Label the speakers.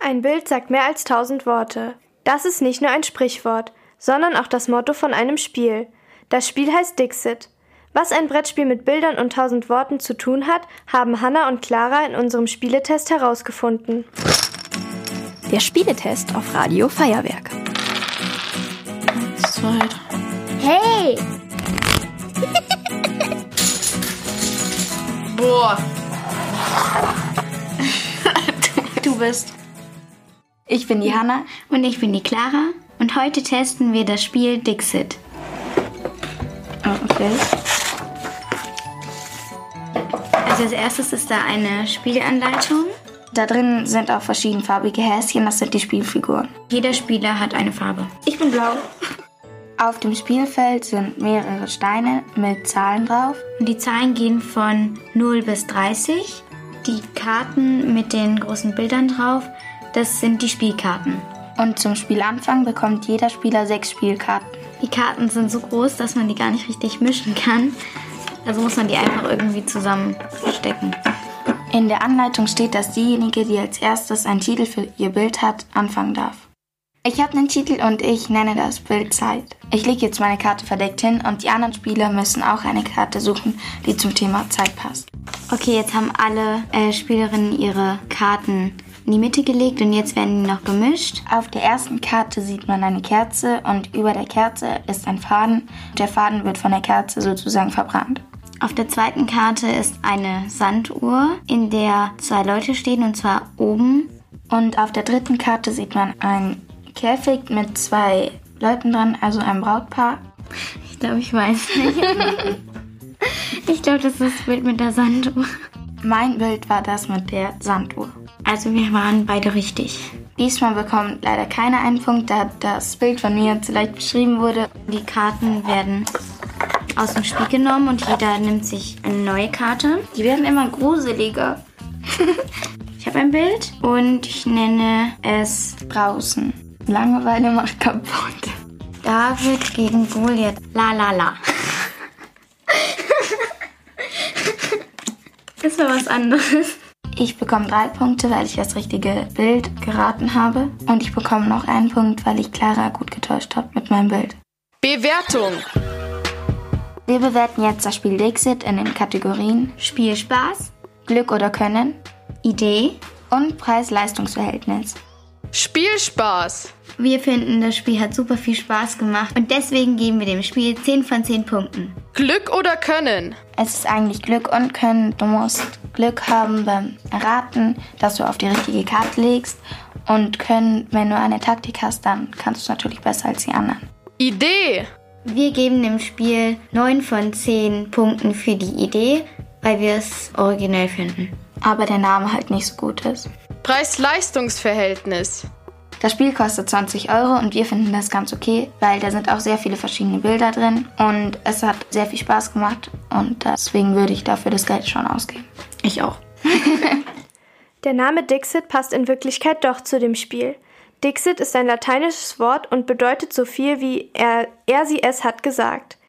Speaker 1: Ein Bild sagt mehr als tausend Worte. Das ist nicht nur ein Sprichwort, sondern auch das Motto von einem Spiel. Das Spiel heißt Dixit. Was ein Brettspiel mit Bildern und tausend Worten zu tun hat, haben Hanna und Clara in unserem Spieletest herausgefunden.
Speaker 2: Der Spieletest auf Radio Feuerwerk.
Speaker 3: Eins, zwei, drei.
Speaker 4: Hey!
Speaker 3: Boah. du bist.
Speaker 2: Ich bin die Hanna.
Speaker 4: Und ich bin die Clara und heute testen wir das Spiel Dixit. Oh,
Speaker 3: Ah, okay.
Speaker 4: Also als erstes ist da eine Spielanleitung.
Speaker 3: Da drin sind auch verschiedenfarbige Häschen, das sind die Spielfiguren.
Speaker 4: Jeder Spieler hat eine Farbe.
Speaker 3: Ich bin blau. Auf dem Spielfeld sind mehrere Steine mit Zahlen drauf.
Speaker 4: Und die Zahlen gehen von 0 bis 30. Die Karten mit den großen Bildern drauf, das sind die Spielkarten.
Speaker 3: Und zum Spielanfang bekommt jeder Spieler sechs Spielkarten.
Speaker 4: Die Karten sind so groß, dass man die gar nicht richtig mischen kann. Also muss man die einfach irgendwie zusammenstecken.
Speaker 3: In der Anleitung steht, dass diejenige, die als erstes einen Titel für ihr Bild hat, anfangen darf. Ich habe einen Titel und ich nenne das Bild Zeit. Ich lege jetzt meine Karte verdeckt hin und die anderen Spieler müssen auch eine Karte suchen, die zum Thema Zeit passt.
Speaker 4: Okay, jetzt haben alle äh, Spielerinnen ihre Karten in die Mitte gelegt und jetzt werden die noch gemischt.
Speaker 3: Auf der ersten Karte sieht man eine Kerze und über der Kerze ist ein Faden. Der Faden wird von der Kerze sozusagen verbrannt.
Speaker 4: Auf der zweiten Karte ist eine Sanduhr, in der zwei Leute stehen und zwar oben.
Speaker 3: Und auf der dritten Karte sieht man einen Käfig mit zwei Leuten dran, also einem Brautpaar.
Speaker 4: Ich glaube, ich weiß nicht. ich glaube, das ist das Bild mit der Sanduhr.
Speaker 3: Mein Bild war das mit der Sanduhr.
Speaker 4: Also wir waren beide richtig.
Speaker 3: Diesmal bekommt leider keiner einen Punkt, da das Bild von mir zu leicht beschrieben wurde.
Speaker 4: Die Karten werden aus dem Spiel genommen und jeder nimmt sich eine neue Karte.
Speaker 3: Die werden immer gruseliger.
Speaker 4: Ich habe ein Bild und ich nenne es
Speaker 3: Draußen. Langeweile macht kaputt.
Speaker 4: David gegen Goliath. La la la. Das war was anderes.
Speaker 3: Ich bekomme drei Punkte, weil ich das richtige Bild geraten habe. Und ich bekomme noch einen Punkt, weil ich Clara gut getäuscht habe mit meinem Bild.
Speaker 5: Bewertung.
Speaker 3: Wir bewerten jetzt das Spiel Dixit in den Kategorien
Speaker 4: Spielspaß,
Speaker 3: Glück oder Können
Speaker 4: Idee.
Speaker 3: und Preis-Leistungs-Verhältnis.
Speaker 5: Spielspaß.
Speaker 4: Wir finden, das Spiel hat super viel Spaß gemacht und deswegen geben wir dem Spiel 10 von 10 Punkten.
Speaker 5: Glück oder Können.
Speaker 3: Es ist eigentlich Glück und Können. Du musst Glück haben beim Erraten, dass du auf die richtige Karte legst. Und Können, wenn du eine Taktik hast, dann kannst du es natürlich besser als die anderen.
Speaker 5: Idee.
Speaker 4: Wir geben dem Spiel 9 von 10 Punkten für die Idee, weil wir es originell finden.
Speaker 3: Aber der Name halt nicht so gut ist.
Speaker 5: Preis-Leistungs-Verhältnis.
Speaker 3: Das Spiel kostet 20 Euro und wir finden das ganz okay, weil da sind auch sehr viele verschiedene Bilder drin und es hat sehr viel Spaß gemacht und deswegen würde ich dafür das Geld schon ausgeben.
Speaker 4: Ich auch.
Speaker 1: Der Name Dixit passt in Wirklichkeit doch zu dem Spiel. Dixit ist ein lateinisches Wort und bedeutet so viel wie er, er sie es hat gesagt.